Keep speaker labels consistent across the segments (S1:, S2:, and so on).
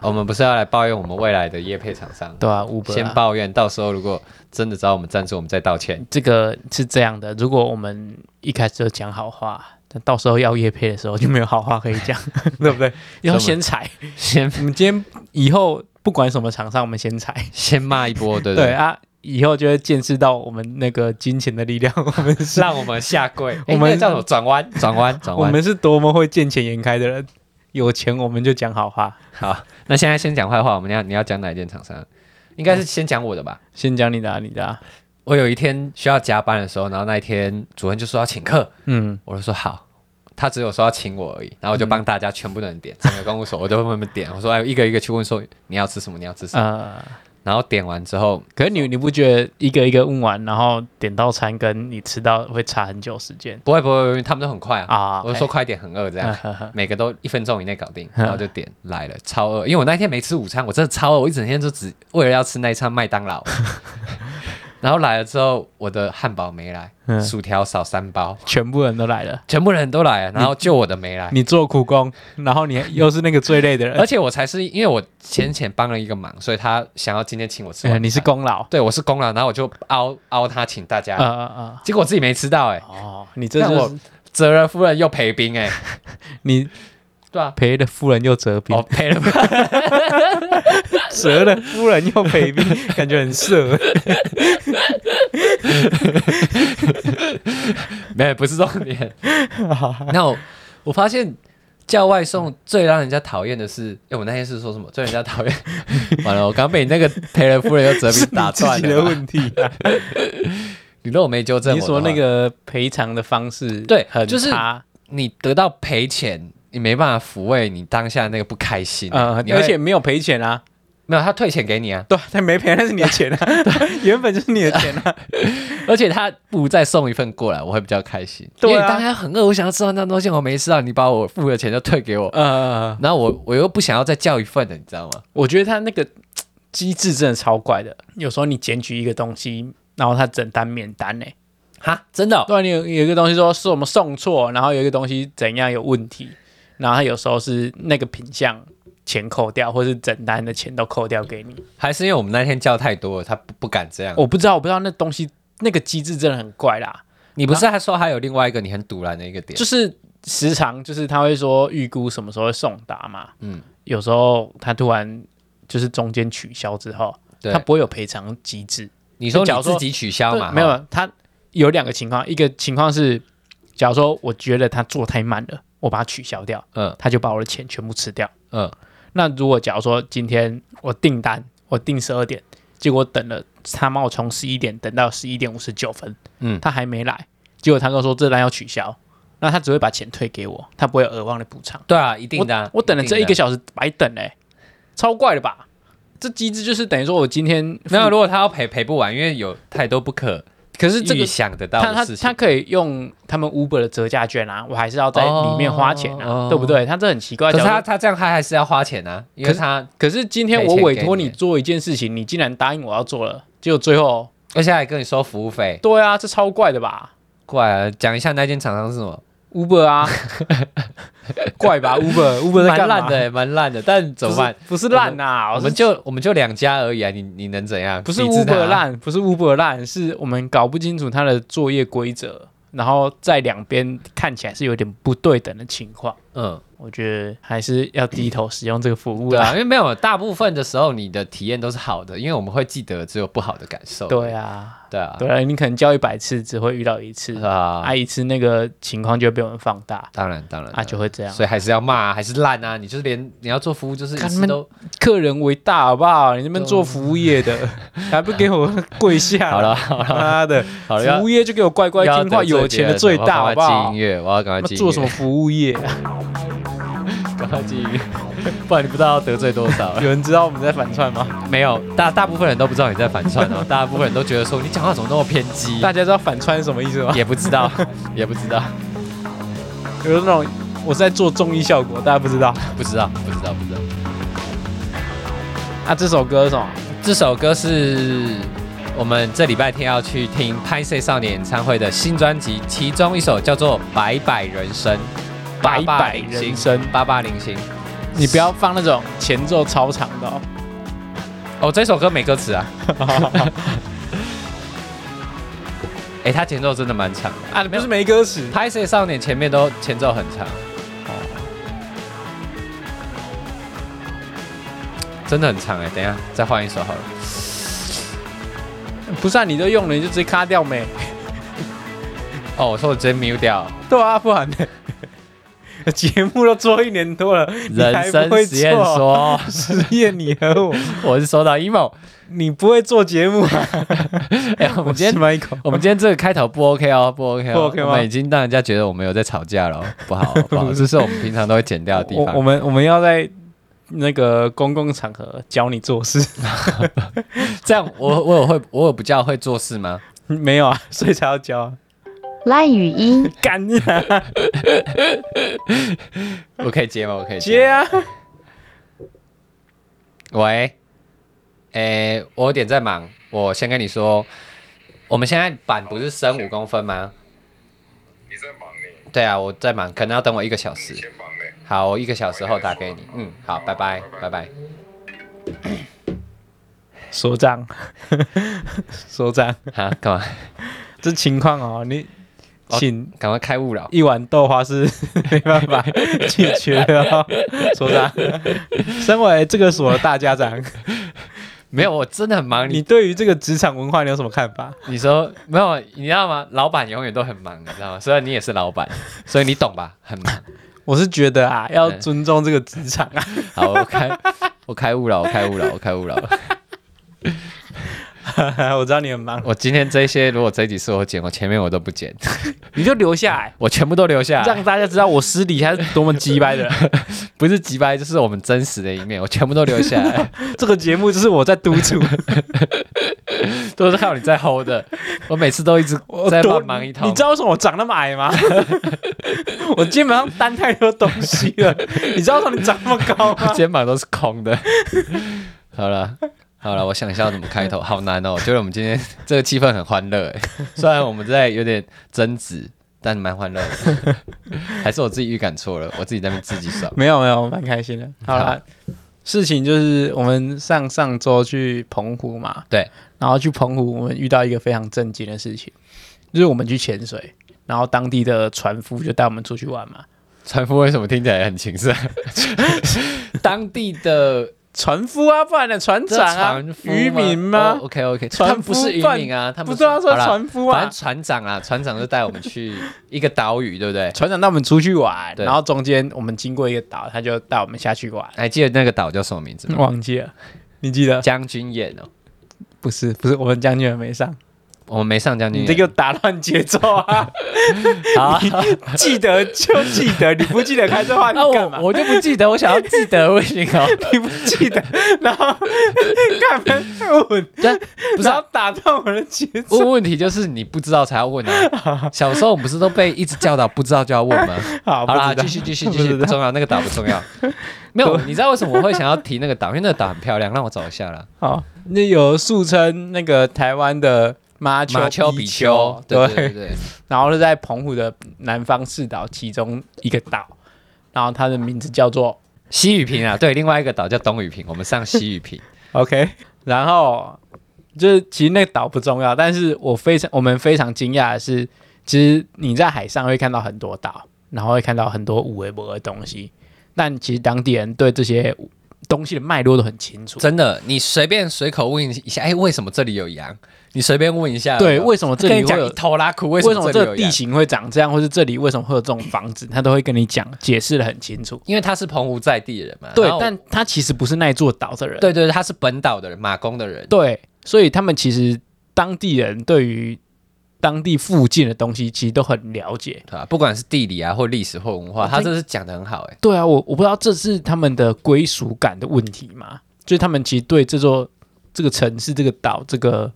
S1: 我们不是要来抱怨我们未来的业配厂商，
S2: 对啊，Uber 啊
S1: 先抱怨，到时候如果真的找我们赞助，我们再道歉。
S2: 这个是这样的，如果我们一开始就讲好话，但到时候要夜配的时候就没有好话可以 讲，对不对？要先踩，
S1: 先
S2: 我们今天以后不管什么厂商，我们先踩，
S1: 先骂一波，对
S2: 对
S1: 不对？
S2: 啊，以后就会见识到我们那个金钱的力量， 我们是
S1: 让我们下跪，
S2: 我
S1: 我
S2: 们
S1: 们叫什么？转弯， 转弯，转
S2: 我
S1: 弯。
S2: 们是多么会见钱眼开的人，有钱我们就讲好话。
S1: 好，那现在先讲坏话，我们要你要讲哪一件厂商？应该是先讲我的吧。
S2: 先讲你的、啊，你的、啊，
S1: 我有一天需要加班的时候，然后那一天主任就说要请客，
S2: 嗯，
S1: 我就说好。他只有说要请我而已，然后我就帮大家全部的人点，整个公务所我都帮他们点。我说哎，一个一个去问说你要吃什么，你要吃什么。
S2: 呃，
S1: 然后点完之后，
S2: 可是你你不觉得一个一个问完，然后点到餐跟你吃到会差很久时间
S1: 不会不会，不会他们都很快啊。
S2: 啊？
S1: 我就说快点，很饿这样，
S2: 哎，
S1: 每个都一分钟以内搞定，
S2: 嗯
S1: 然后就点来了，超饿。因为我那天没吃午餐，我真的超饿，我一整天就只为了要吃那一餐麦当 劳。然后来了之后，我的汉堡没来，
S2: 嗯
S1: 薯条少三包，
S2: 全部人都来了。
S1: 全部人都来了，然后就我的没来。
S2: 你做苦工，然后你又是那个最累的人，
S1: 而且我才是因为我先前帮了一个忙，所以他想要今天请我吃晚
S2: 呃
S1: 餐。
S2: 你是功劳，
S1: 对，我是功劳，然后我就凹凹他请大
S2: 呃
S1: 家，
S2: 呃
S1: 结果我自己没吃到，哎
S2: 呃，，哦，你这
S1: 那
S2: 就
S1: 我
S2: 是
S1: 折了夫人又赔兵，哎，
S2: 你
S1: 对 啊，
S2: 赔了夫人又折兵
S1: 哦，，赔了
S2: 折了夫人又赔 兵，感觉很色。
S1: 没有，不是重 点。那我我发现叫外送最让人家讨厌的是，哎、我那天是说什么？最让人家讨厌？ 完了，我刚被你那个赔了夫人又折
S2: 是
S1: 兵
S2: 你
S1: 打
S2: 自
S1: 断
S2: 己的
S1: 了吧。
S2: 问题啊！
S1: 你如果没纠正我
S2: 你
S1: 的
S2: 说
S1: 话
S2: 那个赔偿的方式
S1: 对
S2: 很
S1: 就是
S2: 差
S1: 你得到赔钱，你没办法抚慰你当下那个不开心。
S2: 呃，
S1: 你会
S2: 而且没有赔钱啊，
S1: 没有他退钱给你啊，
S2: 对啊，他没赔，那是你的钱啊， 原本就是你的钱啊，
S1: 而且他不如再送一份过来，我会比较开心。
S2: 对啊
S1: 因为当下很饿，我想要吃到那东西，我没吃到，你把我付的钱就退给我，
S2: 呃，
S1: 然后我我又不想要再叫一份的，你知道吗？
S2: 我觉得他那个机制真的超怪的，有时候你检举一个东西，然后他整单免单欸呢、
S1: 哈，真的哦、
S2: 对啊，你有有一个东西说是我们送错，然后有一个东西怎样有问题，然后他有时候是那个品相钱扣掉，或是整单的钱都扣掉给你。
S1: 还是因为我们那天叫太多了，他不不敢这样。
S2: 我不知道，我不知道那东西那个机制真的很怪啦，
S1: 你不是还说还有另外一个你很堵然的一个点？
S2: 就是时常就是他会说预估什么时候会送达嘛，
S1: 嗯，
S2: 有时候他突然就是中间取消之后，
S1: 对
S2: 他，不会有赔偿机制，
S1: 你说
S2: 假
S1: 你
S2: 如说
S1: 自己取消嘛？哦
S2: 对没
S1: 哈，
S2: 有，他有两个情况，一个情况是，假如说我觉得他做太慢了，我把它取消掉，
S1: 嗯
S2: 他就把我的钱全部吃掉。
S1: 嗯，
S2: 那如果假如说今天我订单，我订十二点，结果等了他妈我从十一点等到十一点五十九分，
S1: 嗯
S2: 他还没来，结果他跟我说这单要取消，那他只会把钱退给我，他不会有额外的补偿。
S1: 对啊，一定的啊。
S2: 我等了这一
S1: 定
S2: 个
S1: 的
S2: 小时白等嘞、超怪的吧？这机制就是等于说我今天
S1: 没有，如果他要赔赔不完，因为有太多不可
S2: 可是这个
S1: 预想得到
S2: 他
S1: 的
S2: 他
S1: 事情
S2: 他。可以用他们 Uber 的折价券啊，我还是要在里面花钱啊，
S1: 哦哦
S2: 对不对？他这很奇怪。
S1: 可是
S2: 假
S1: 他
S2: 如说
S1: 他这样他还是要花钱啊，因为他
S2: 可是今天
S1: 赔
S2: 我
S1: 钱
S2: 委
S1: 给
S2: 托
S1: 你
S2: 你做一件事情，你竟然答应我要做了，结果最后，
S1: 而且还跟你收服务费。
S2: 对啊，这超怪的吧
S1: 过来啊讲一下那间厂商是什么？
S2: ？Uber 啊，怪吧？Uber Uber 在
S1: 蛮
S2: 干嘛
S1: 烂的欸，蛮烂的，但怎么办？
S2: 不是不是烂呐，
S1: 我
S2: 我
S1: 们
S2: 们
S1: 就我们就两家而已啊，你你啊能怎样？
S2: 不是
S1: 抵制他
S2: Uber 烂，不是 Uber 烂，是我们搞不清楚它的作业规则，然后在两边看起来是有点不对等的情况。
S1: 嗯，
S2: 我觉得还是要低头使用这个服务
S1: 对
S2: 啦
S1: 啊，。因为没有大部分的时候你的体验都是好的，因为我们会记得只有不好的感受。
S2: 对啊，
S1: 对啊，
S2: 对啊，你可能叫一百次只会遇到一次，
S1: 啊，
S2: 啊，一次那个情况就会被我们放大，
S1: 当然当然
S2: 啊，就会这样。
S1: 所以还是要骂、啊，还是烂啊！你就是连你要做服务，就是一
S2: 干
S1: 次都
S2: 客人为大好不好？你那边做服务业的，还不给我跪下？
S1: 好了，好 了
S2: 妈的，
S1: 好了，要
S2: 服务业就给我乖乖
S1: 要
S2: 听话，
S1: 得罪
S2: 有钱的
S1: 别
S2: 最
S1: 人
S2: 大，好
S1: 我要
S2: 不
S1: 赶快进
S2: 好
S1: 音？乐，我要赶快
S2: 那
S1: 进音乐。
S2: 做什么？ 服务 业啊？。
S1: 赶快进音乐，不然你不知道要得罪多少
S2: 有人知道我们在反串 吗？
S1: 没有，大大部分人都不知道你在反串哦，大部分人都觉得说你讲话怎么那么偏激，
S2: 大家知道反串是什么意思 吗？
S1: 也不知道，也不知道，
S2: 有那种我是在做综艺效果，大家不知道
S1: 不知道，不知道，不知道。
S2: 啊？这首歌是什么？
S1: 这首歌是我们这礼拜天要去听拍摄少年演唱会的新专辑，其中一首叫做《百百人生》，
S2: 百百人生
S1: 八八零星。
S2: 你不要放那种前奏超长的、哦。
S1: 哦，这首歌没歌词啊。哎、它前奏真的蛮长的。
S2: 啊，不是没歌 词，
S1: 拍摄少年前面都前奏很长，
S2: 哦
S1: 真的很长哎、等一下再换一首好了。
S2: 不是啊，你都用了，你就直接卡掉没？
S1: 哦，我说我直接 mute 掉。
S2: 对啊，不然呢？ 节目都做一年多了， 你还
S1: 人
S2: 不会
S1: 生实验
S2: 做
S1: 说，
S2: 实验你和我，
S1: 我是收到 emo。
S2: 你不会做节目 啊？
S1: 哎、我们今
S2: 是
S1: 天
S2: ，Michael，
S1: 我们今天这个开头不 OK 哦，不 OK 哦，
S2: 不 OK 吗
S1: 我们已经让人家觉得我们有在吵架了哦，不 好哦，不好，这是我们平常都会剪掉的地
S2: 我
S1: 方。
S2: 我们我们要在那个公共场合教你做事，
S1: 这样，我我有会，我有比较会做事吗？
S2: 没有啊，所以才要教啊。
S3: 赖语音，
S2: 干啊，
S1: 我可以接吗？我可以
S2: 接
S1: 接。
S2: 啊！
S1: 喂，诶、我有点在忙，我先跟你说，我们现在板不是升五公分吗？
S4: 你在忙呢，
S1: 对啊，我在忙，可能要等我一个小时。
S4: 先忙呢。
S1: 好，我一个小时后打给你。嗯，好，拜拜，拜拜。
S2: 所 长，所长，
S1: 啊，干嘛？
S2: 这情况哦，你
S1: 哦
S2: 请
S1: 赶快开悟了。
S2: 一碗豆花 是没办法解决的、哦，所长。身为这个所的大家 长，
S1: 没有，我真的很忙。
S2: 你
S1: 你
S2: 对于这个职场文化你有什么看法？
S1: 你说没有，你知道吗？老板永远都很忙，你知道吗？虽然你也是老 板，所以你懂吧？很忙。
S2: 我是觉得啊，要尊重这个职场啊。
S1: 好，我开，我开悟了，我开悟了，我开悟了。
S2: 啊 我知道你很忙，
S1: 我今天这些，如果这一集是我剪，我前面我都不剪，
S2: 你就留下来，
S1: 我全部都留下来，
S2: 让大家知道我私底下是多么鸡掰的人。
S1: 不是急掰，就是我们真实的一面，我全部都留下 来，
S2: 这个节目就是我在督促，
S1: 都是靠你在 hold 的。我每次都一直
S2: 我
S1: 在
S2: 多
S1: 帮忙一套，
S2: 你知道为什么我长那么矮 吗？我肩膀上担太多东西 了。你知道为什么你长那么高
S1: 我
S2: 吗？
S1: 肩膀都是空的。 好了。好了，我想一下要怎么开 头，好难哦。我觉得我们今天这个气氛很欢乐，哎，虽然我们在有点争执，但蛮欢乐的。 还是我自己预感错了，我自己在那边自己爽。
S2: 没有没有，我蛮开心的。好啦，事情就是我们上上周去澎湖嘛，
S1: 对，
S2: 然后去澎湖，我们遇到一个非常震惊的事情，就是我们去潜水，然后当地的船夫就带我们出去玩嘛。
S1: 船夫为什么听起来很情 色？当地的
S2: 船夫啊，不然的船长啊
S1: 这船，夫吗
S2: 渔民吗
S1: 哦、？？OK OK，
S2: 船
S1: 他们不
S2: 夫
S1: 是渔
S2: 饭
S1: 民啊，他们
S2: 不知道说
S1: 好啦
S2: 船夫啊
S1: 反正船长啊，船长就带我们去一个岛屿，对不对？
S2: 船长带我们出去玩，
S1: 对
S2: 然后中间我们经过一个岛，他就带我们下去 玩。
S1: 还记得那个岛叫什么名字吗？
S2: 忘记了，你记得？
S1: 将军眼哦，
S2: 不是不是，我们将军也没上，
S1: 我们没上将军
S2: 你
S1: 眼。
S2: 这个打乱节奏 啊！
S1: 啊，
S2: 记得就记得，你不记得开这话题
S1: 那
S2: 干嘛
S1: 啊
S2: 啊
S1: 我？我就不记得，我想要记得不 行哦。
S2: 你不记 得，然后干嘛问？
S1: 但不是
S2: 然
S1: 啊
S2: 后打断我的节奏。
S1: 问问题，就是你不知道才要问 啊。小时候我们不是都被一直教导不知道就要问吗？
S2: 好，
S1: 好啦，
S2: 不
S1: 继续
S2: 知道
S1: 继续继续，不
S2: 不知道
S1: 重要，那个岛不重 要。没有，你知道为什么我会想要提那个岛？因为那个岛很漂亮，让我找一 下啦。
S2: 好，那有俗称那个台湾的马丘
S1: 马丘
S2: 比
S1: 比丘，对对对对，
S2: 然后是在澎湖的南方四岛其中一个岛，然后它的名字叫做
S1: 西雨坪啊，对，另外一个岛叫东雨坪，我们上西雨 坪。
S2: OK，然后就是其实那个岛不重要，但是我非常我们非常惊讶的是，其实你在海上会看到很多岛，然后会看到很多五维博的东西，但其实当地人对这些东西的脉络都很清楚。
S1: 真的，你随便随口问一下，哎，为什么这里有羊？你随便问一下，
S2: 对，
S1: 有没有
S2: 为什么这
S1: 跟
S2: 里
S1: 你
S2: 会
S1: 讲
S2: 有
S1: 一？头拉苦，为什
S2: 为什
S1: 么
S2: 么
S1: 这
S2: 这
S1: 里有
S2: 个
S1: 羊
S2: 地？形会长这样，或是这里为什么会有这种房子，他都会跟你讲解释的很清楚。
S1: 因为他是澎湖在地人嘛，
S2: 对
S1: 然，后
S2: 但他其实不是那一座岛的人，
S1: 对对，对他是本岛的人，马公的人，
S2: 对，所以他们其实当地人对于当地附近的东西其实都很了解。
S1: 对吧？不管是地理啊，或历史或文化，
S2: 我
S1: 他
S2: 跟
S1: 这是讲的很好，哎，
S2: 对啊，我我不知道这是他们的归属感的问题嘛，就是他们其实对这座这个城市、这个岛、这个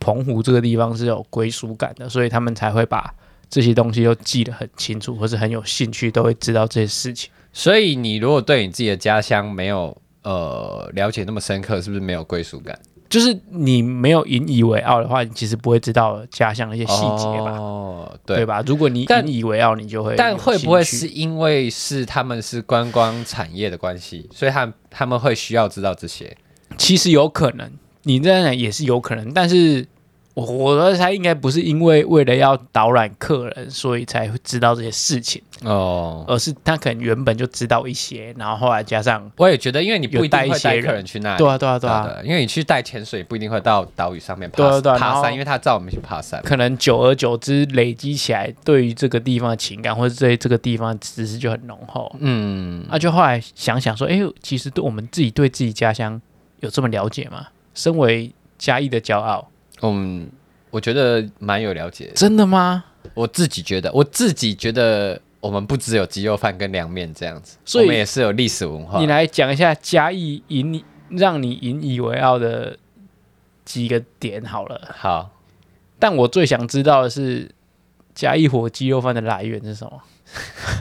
S2: 澎湖这个地方是有归属感的，所以他们才会把这些东西都记得很清楚，或是很有兴趣，都会知道这些事情。
S1: 所以你如果对你自己的家乡没有呃了解那么深刻，是不是没有归属感？
S2: 就是你没有引以为傲的话，你其实不会知道家乡的一些细节吧，
S1: 哦，
S2: 对
S1: 对。
S2: 吧？如果你
S1: 但
S2: 引以为傲，你就会
S1: 但
S2: 有
S1: 会
S2: 兴
S1: 不会
S2: 趣
S1: 是因为是他们是观光产业的关系，所以他他们会需要知道这些？
S2: 其实有可能，你这样讲也是有可能，但是我我猜应该不是因为为了要导览客人，所以才会知道这些事情，
S1: 哦，
S2: 而是他可能原本就知道一些，然后后来加上，
S1: 我也觉得，因为你不一定
S2: 有带
S1: 会
S2: 一些
S1: 带
S2: 人
S1: 客人去那里，
S2: 对啊对啊对啊，
S1: 的，因为你去带潜水不一定会到岛屿上面爬
S2: 对啊对啊然
S1: 爬
S2: 后
S1: 山，因为他知道我们去爬山。
S2: 可能久而久之累积起来，对于这个地方的情感或者对这个地方的知识就很浓厚。
S1: 嗯，
S2: 啊，就后来想想说，哎、其实对我们自己对自己家乡有这么了解吗？身为嘉义的骄傲，
S1: 我们我觉得蛮有了解的。
S2: 真的吗？
S1: 我自己觉得，我自己觉得我们不只有鸡肉饭跟凉面这样子，
S2: 所以
S1: 我们也是有历史文化。
S2: 你来讲一下嘉义引你让你引以为傲的几个点好了。
S1: 好，
S2: 但我最想知道的是嘉义火鸡肉饭的来源是什么？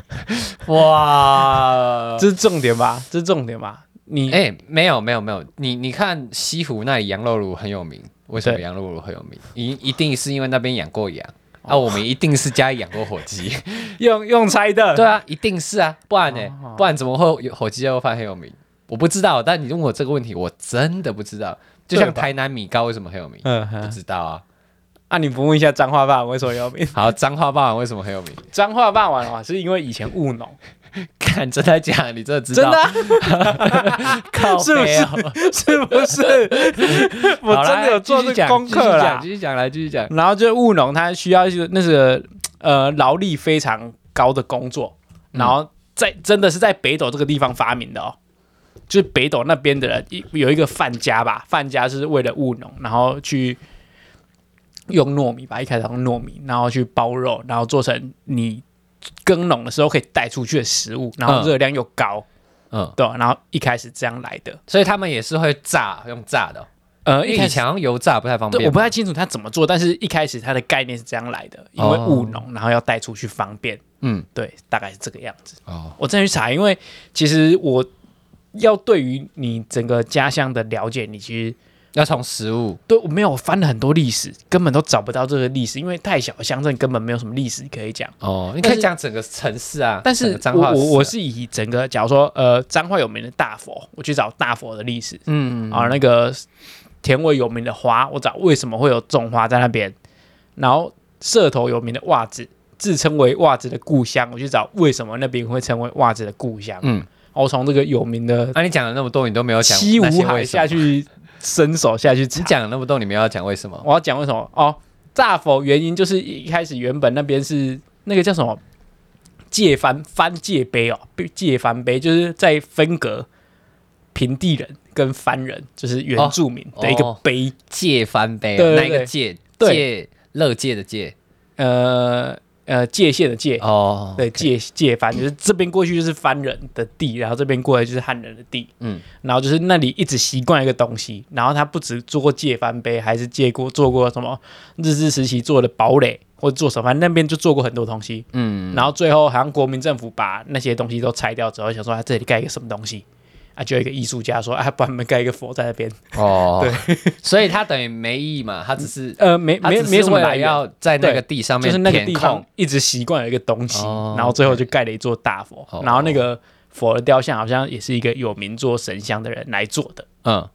S1: 哇，
S2: 这是重点吧？这是重点吧？你、
S1: 哎、没有没有没有，你你看西湖那里羊肉炉很有名，为什么
S2: 对
S1: 羊肉炉很有名？一一定是因为那边养过羊。啊，
S2: 哦
S1: 我们一定是家里养过火鸡，
S2: 用用 猜的，
S1: 对啊，一定是啊，不然呢、
S2: 哦
S1: 不然怎么会有火鸡肉饭很有名？我不知道，但你问我这个问题，我真的不知道。就像
S2: 对吧
S1: 台南米糕为什么很有名？
S2: 嗯
S1: 不
S2: 哼，
S1: 知道啊。
S2: 啊，你不问一下彰化霸王为什么要 名？
S1: 好，彰化霸王为什么很有 名？
S2: 彰化霸王啊，是因为以前务农，
S1: 看真的假的？你真的知
S2: 真
S1: 道？
S2: 的啊、
S1: 靠
S2: 是不
S1: 背哦
S2: 是不是？ 我
S1: 好
S2: 真
S1: 啦
S2: 的有做
S1: 继续
S2: 这
S1: 讲
S2: 个功课啦
S1: 继。续讲，继续讲，来继续讲。
S2: 然后就务农，他需要一个那个呃劳力非常高的工作，
S1: 嗯
S2: 然后在真的是在北斗这个地方发明的哦，就是北斗那边的人一有一个范家吧，范家是为了务农，然后去用糯米吧，一开始用糯米，然后去包肉，然后做成你耕农的时候可以带出去的食物，然后
S1: 嗯
S2: 热量又高，
S1: 嗯，
S2: 对吧，然后一开始这样来的，
S1: 所以他们也是会炸，用炸的哦。
S2: 呃，
S1: 因
S2: 一
S1: 为
S2: 开
S1: 以
S2: 始
S1: 前好像油炸不太方
S2: 对，我
S1: 便。
S2: 不太清楚他怎么做，但是一开始他的概念是这样来的，因为务农，然后要带出去方便，
S1: 嗯，
S2: 对，大概是这个样子。
S1: 哦，
S2: 我真的去查，因为其实我要对于你整个家乡的了解，你其实
S1: 要从食物
S2: 对我没有翻了很多历史，根本都找不到这个历史，因为太小的乡镇根本没有什么历史可以讲。
S1: 哦，你
S2: 但
S1: 可
S2: 是
S1: 以讲整个城市啊，
S2: 但
S1: 整
S2: 是
S1: 个彰
S2: 我
S1: 化市啊
S2: 我我是以整个，假如说呃彰化有名的大佛，我去找大佛的历史，
S1: 嗯
S2: 啊，那个田尾有名的花，我找为什么会有种花在那边，然后社头有名的袜子，自称为袜子的故乡，我去找为什么那边会成为袜子的故乡。
S1: 嗯，
S2: 啊我从这个有名的
S1: 啊，你讲了那么多，你都没有讲
S2: 西
S1: 那些为
S2: 武海
S1: 什
S2: 下
S1: 么，
S2: 去伸手下去
S1: 你
S2: 查，
S1: 讲了那么多，你没有要讲为什么？
S2: 我要讲为什么哦？炸否原因就是一开始原本那边是那个叫什么界藩藩界碑哦，界藩碑就是在分隔平地人跟番人，就是原住民的一个
S1: 哦
S2: 碑。
S1: 借翻杯啊，
S2: 对对
S1: 哪一个
S2: 对
S1: 借？
S2: 对
S1: 借乐界的界
S2: 呃呃界限的界，
S1: 哦，
S2: 对
S1: OK，
S2: 界界藩，就是这边过去就是番人的地，然后这边过来就是汉人的地，
S1: 嗯，
S2: 然后就是那里一直习惯一个东西，然后他不止做过界藩碑，还是借过做过什么日治时期做的堡垒或者做什么，反正那边就做过很多东西，
S1: 嗯，
S2: 然后最后好像国民政府把那些东西都拆掉之后，想说他啊这里盖一个什么东西。啊，就有一个艺术家说，啊，帮你们盖一个佛在那边，
S1: 哦，对，所以它等于没意义嘛，它只是
S2: 呃，没
S1: 它
S2: 没
S1: 啊只是
S2: 没什么
S1: 为了
S2: 来源，啊
S1: 要在那个地上面
S2: 就是那个
S1: 填
S2: 地
S1: 空
S2: 方一直习惯有一个东西，
S1: 哦
S2: 然后最后就盖了一座大佛，
S1: 哦
S2: 然后那个佛的雕像好像也是一个有名做神像的人来做的，
S1: 嗯，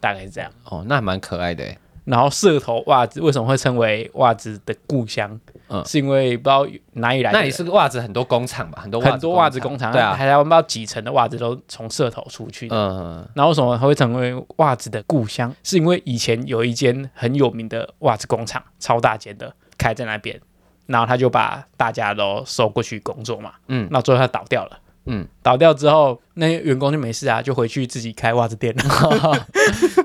S2: 大概是这样。
S1: 哦，那还蛮可爱的欸，
S2: 然后社头袜子为什么会称为袜子的故乡？
S1: 嗯
S2: 是因为不知道哪里来的
S1: 那
S2: 人，
S1: 里是袜子很多工厂吧？很多
S2: 很多袜子工厂，
S1: 对啊，
S2: 台湾不知道几层的袜子都从社头出去的。
S1: 嗯，
S2: 然后为什么它会成为袜子的故乡？是因为以前有一间很有名的袜子工厂，超大间的，开在那边，然后他就把大家都收过去工作嘛。
S1: 嗯
S2: 那最后他倒掉了。
S1: 嗯，
S2: 倒掉之后，那些员工就没事啊，就回去自己开袜子店了。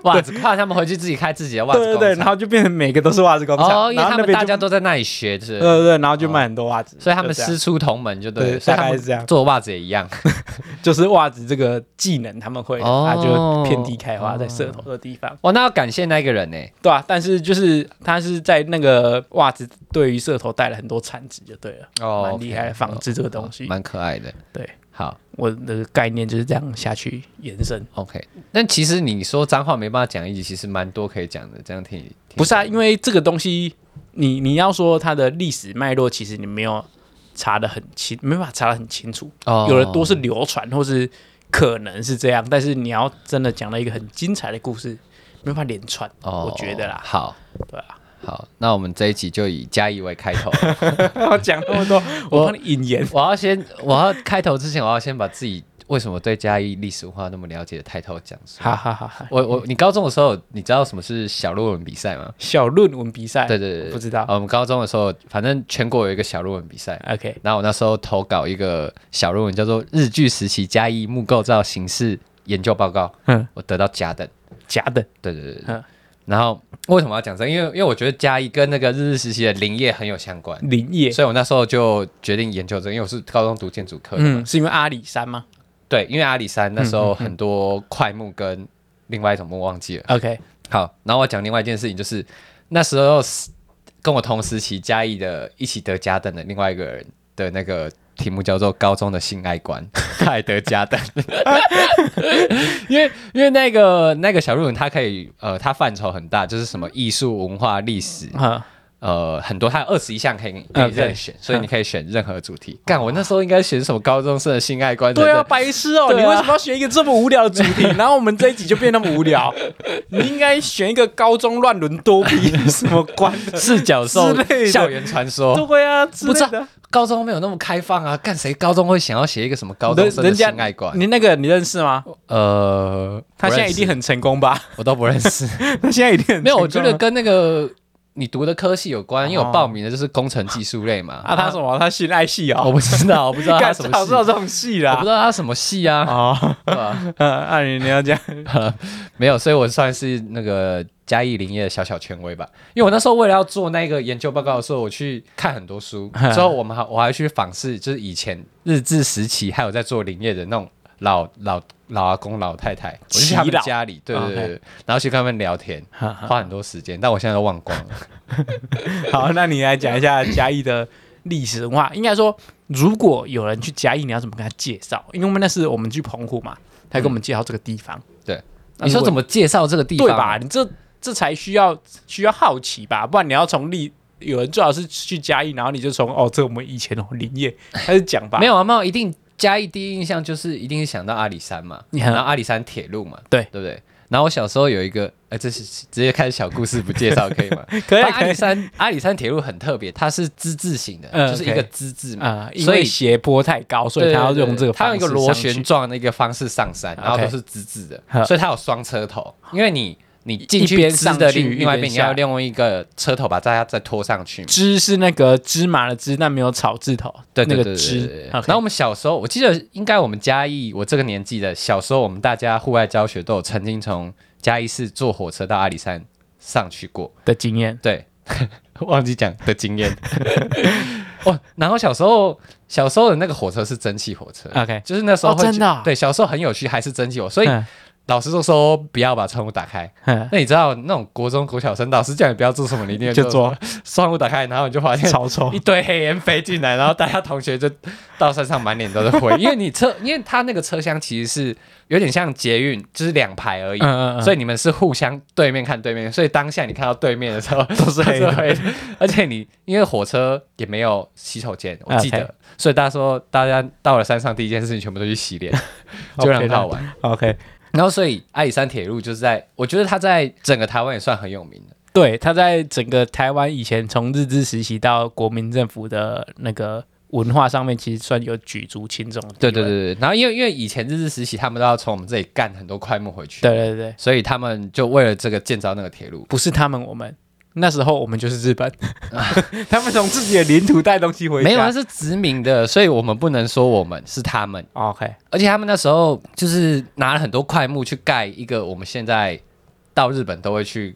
S1: 袜子怕他们回去自己开自己的袜子
S2: 对对
S1: 工
S2: 对， 然
S1: 厂，
S2: 后就变成每个都是袜子工厂，
S1: 哦，因为
S2: 然
S1: 他
S2: 后那
S1: 们
S2: 边
S1: 大
S2: 就
S1: 家都在那里学
S2: 对
S1: 着。
S2: 对对，然后就卖很多袜子，
S1: 所以他们
S2: 就这样
S1: 师出同门就对了，
S2: 对
S1: 所以他
S2: 大概
S1: 们
S2: 是这样
S1: 做袜子也一样。
S2: 就是袜子这个技能他们会，
S1: 哦
S2: 啊就遍地开花在社头的地方。
S1: 哇，那要感谢那个人欸呢，
S2: 对啊，但是就是他是在那个袜子对于社头带了很多产值就对了，
S1: 哦
S2: 蛮厉害的
S1: OK，
S2: 仿制这个东西
S1: 哦哦蛮可爱的。
S2: 对，
S1: 好，
S2: 我的概念就是这样下去延伸。
S1: OK，但其实你说脏话没办法讲一集，其实蛮多可以讲的。这样听你
S2: 不是啊，因为这个东西，你你要说它的历史脉络，其实你没有查得很清，没办法查得很清楚。
S1: 哦
S2: 有的多是流传，或是可能是这样，但是你要真的讲到一个很精彩的故事，没办法连串，
S1: 哦，
S2: 我觉 得啦，
S1: 好，
S2: 对啊。
S1: 好，那我们这一集就以嘉义为 开头。
S2: 我讲那么多， 我帮你引言。
S1: 我要先，我要开头之前，我要先把自己为什么对嘉义历史文化那么了解的抬头讲出来。
S2: 哈哈哈哈！
S1: 我我你高中的时候，你知道什么是小论文比赛吗？
S2: 小论文比赛，
S1: 对对对对，
S2: 哎不知道
S1: 啊我们高中的时候，反正全国有一个小论文比赛，
S2: OK，
S1: 然后我那时候投稿一个小论文，叫做《日据时期嘉义木构造形式研究报告》，
S2: 嗯，
S1: 我得到甲等。
S2: 假的，
S1: 对对对对。
S2: 嗯
S1: 然后为什么要讲这个因为因为我觉得嘉义跟那个日治时期的林业很有相关，
S2: 林业，
S1: 所以我那时候就决定研究这个，因为我是高中读建筑科的嘛。
S2: 嗯，是因为阿里山吗
S1: 对，因为阿里山那时候很多块木跟另外一种木忘记了。
S2: ？OK，
S1: 好，然后我讲另外一件事情，就是那时候是跟我同时期嘉义的一起得甲等的另外一个人的那个题目叫做“高中的性爱 观”，他也得甲等，因为因为那个那个小论文它可以呃，它范畴很大，就是什么艺术、文化、历史，
S2: 哈，
S1: 呃，很多，它有二十一项可以可以
S2: OK
S1: 任选，所以你可以选任何主题。干，我那时候应该选什么高中生的性爱观？
S2: 对啊，
S1: 真的
S2: 白痴哦，
S1: 对
S2: 你
S1: 啊
S2: 为什么要选一个这么无聊的主 题？然后我们这一集就变那么无聊？你应该选一个高中乱伦多 逼什么关的？
S1: 四角兽
S2: 之类的
S1: 校园传说，
S2: 对啊，之
S1: 不
S2: 类
S1: 知
S2: 的
S1: 道。高中没有那么开放啊，干谁高中会想要写一个什么高中
S2: 人
S1: 生
S2: 人
S1: 的
S2: 家
S1: 性爱观？
S2: 你那个你认识吗？
S1: 呃，
S2: 他现在
S1: 不认识
S2: 一定，很成功吧？
S1: 我都不认识。
S2: 他现在一定很
S1: 没有，我觉
S2: 成功
S1: 得跟那个你读的科系有关，因为
S2: 哦
S1: 我报名的就是工程技术类嘛。
S2: 啊，他什么？他性爱戏
S1: 啊？我
S2: 哦，
S1: 不知道，我不知道他
S2: 干
S1: 什么
S2: 早知
S1: 系，
S2: 道
S1: 我
S2: 这种戏
S1: 不
S2: 啦
S1: 知。道他什么系啊，
S2: 哦，
S1: 对吧？
S2: 呃，按你你要讲，
S1: 没有，所以我算是那个嘉义林业的小小权威吧。因为我那时候为了要做那个研究报告的时候，我去看很多 书，之后我们还我还去访视，就是以前日治时期还有在做林业的那种老老老阿公老太太，我就去他
S2: 耆
S1: 们
S2: 老
S1: 家里，对对 对
S2: OK
S1: 对然后去跟他们聊天，花很多时间，但我现在都忘光了。
S2: 好，那你来讲一下嘉义的历史文化。应该说，如果有人去嘉义，你要怎么跟他介绍？因为我们那是我们去澎湖嘛，他给我们介绍这个地方，
S1: 对，
S2: 那
S1: 你说
S2: 如果
S1: 怎么介绍这个地方？啊
S2: 对吧？？你这这才需要需要好奇吧，不然你要从历。有人最好是去嘉义，然后你就从哦，这我们以前哦林业开始讲吧。
S1: 没有啊，没有，一定嘉义第一印象就是一定是想到阿里山嘛，
S2: 你看
S1: 然后阿里山铁路嘛，
S2: 对
S1: 对不对？然后我小时候有一个，呃，这是直接开始小故事不介绍可以 吗？
S2: 可
S1: 反
S2: 以
S1: 正阿
S2: 可以
S1: 里山阿里山铁路很特别，它是之字形的，
S2: 嗯
S1: 就是一个
S2: OK
S1: 之字嘛，
S2: 啊、因
S1: 呃所
S2: 为
S1: 以
S2: 斜坡太高，所以他要
S1: 对对对
S2: 用这个
S1: 它
S2: 方
S1: 有
S2: 式
S1: 一个螺
S2: 上去
S1: 旋状的一个方式上山，然后
S2: OK
S1: 都是之字
S2: 呵
S1: 的，所以它有双车头，因为你你进去
S2: 一边
S1: 之
S2: 上
S1: 的
S2: 去
S1: 另另外
S2: 一
S1: 一
S2: 边
S1: 边，你要
S2: 下
S1: 用一个车头把大家再拖上去嘛。
S2: 芝是那个芝麻的芝，但没有草字头，
S1: 对
S2: 那
S1: 对对
S2: 个
S1: 对对对
S2: 芝。
S1: 然
S2: OK
S1: 后我们小时候，我记得应该我们嘉义，我这个年纪的小时候，我们大家户外教学都有曾经从嘉义市坐火车到阿里山上去过。
S2: 的经验，
S1: 对， 忘记讲的经 验。哦，然后小时候小时候的那个火车是蒸汽火车
S2: OK
S1: 就是那时候
S2: 哦
S1: 会觉、
S2: 真的啊
S1: 对，小时候很有趣，还是蒸汽火，所以。
S2: 嗯
S1: 老师都说不要把窗户打开，
S2: 嗯
S1: 那你知道那种国中、国小生，老师叫你不要做什么，你一定会
S2: 就 做
S1: 窗户打开，然后你就发现
S2: 超臭
S1: 一堆黑烟飞进来，然后大家同学就到山上满脸都是 灰，因为你车，因为他那个车厢其实是有点像捷运，就是两排而已，
S2: 嗯嗯嗯
S1: 所以你们是互相对面看对面，所以当下你看到对面的时候 都
S2: 是黑的
S1: 的，而且你因为火车也没有洗手间，我
S2: 啊
S1: 记得
S2: OK
S1: 所以大家说大家到了山上第一件事情全部都去洗 脸，就让他好玩。
S2: OK，
S1: 然后，所以阿里山铁路就是在，我觉得它在整个台湾也算很有名的。
S2: 对，他在整个台湾以前从日治时期到国民政府的那个文化上面，其实算有举足轻重的地
S1: 对
S2: 位。
S1: 对对对。然后，因为因为以前日治时期，他们都要从我们这里干很多块木回去，
S2: 对对对，
S1: 所以他们就为了这个建造那个铁路。
S2: 不是他们，我们那时候我们就是日本， 他们从自己的领土带东西回家。
S1: 没有，那是殖民的，所以我们不能说我们是他们。
S2: 哦 OK，
S1: 而且他们那时候就是拿了很多块木去盖一个我们现在到日本都会去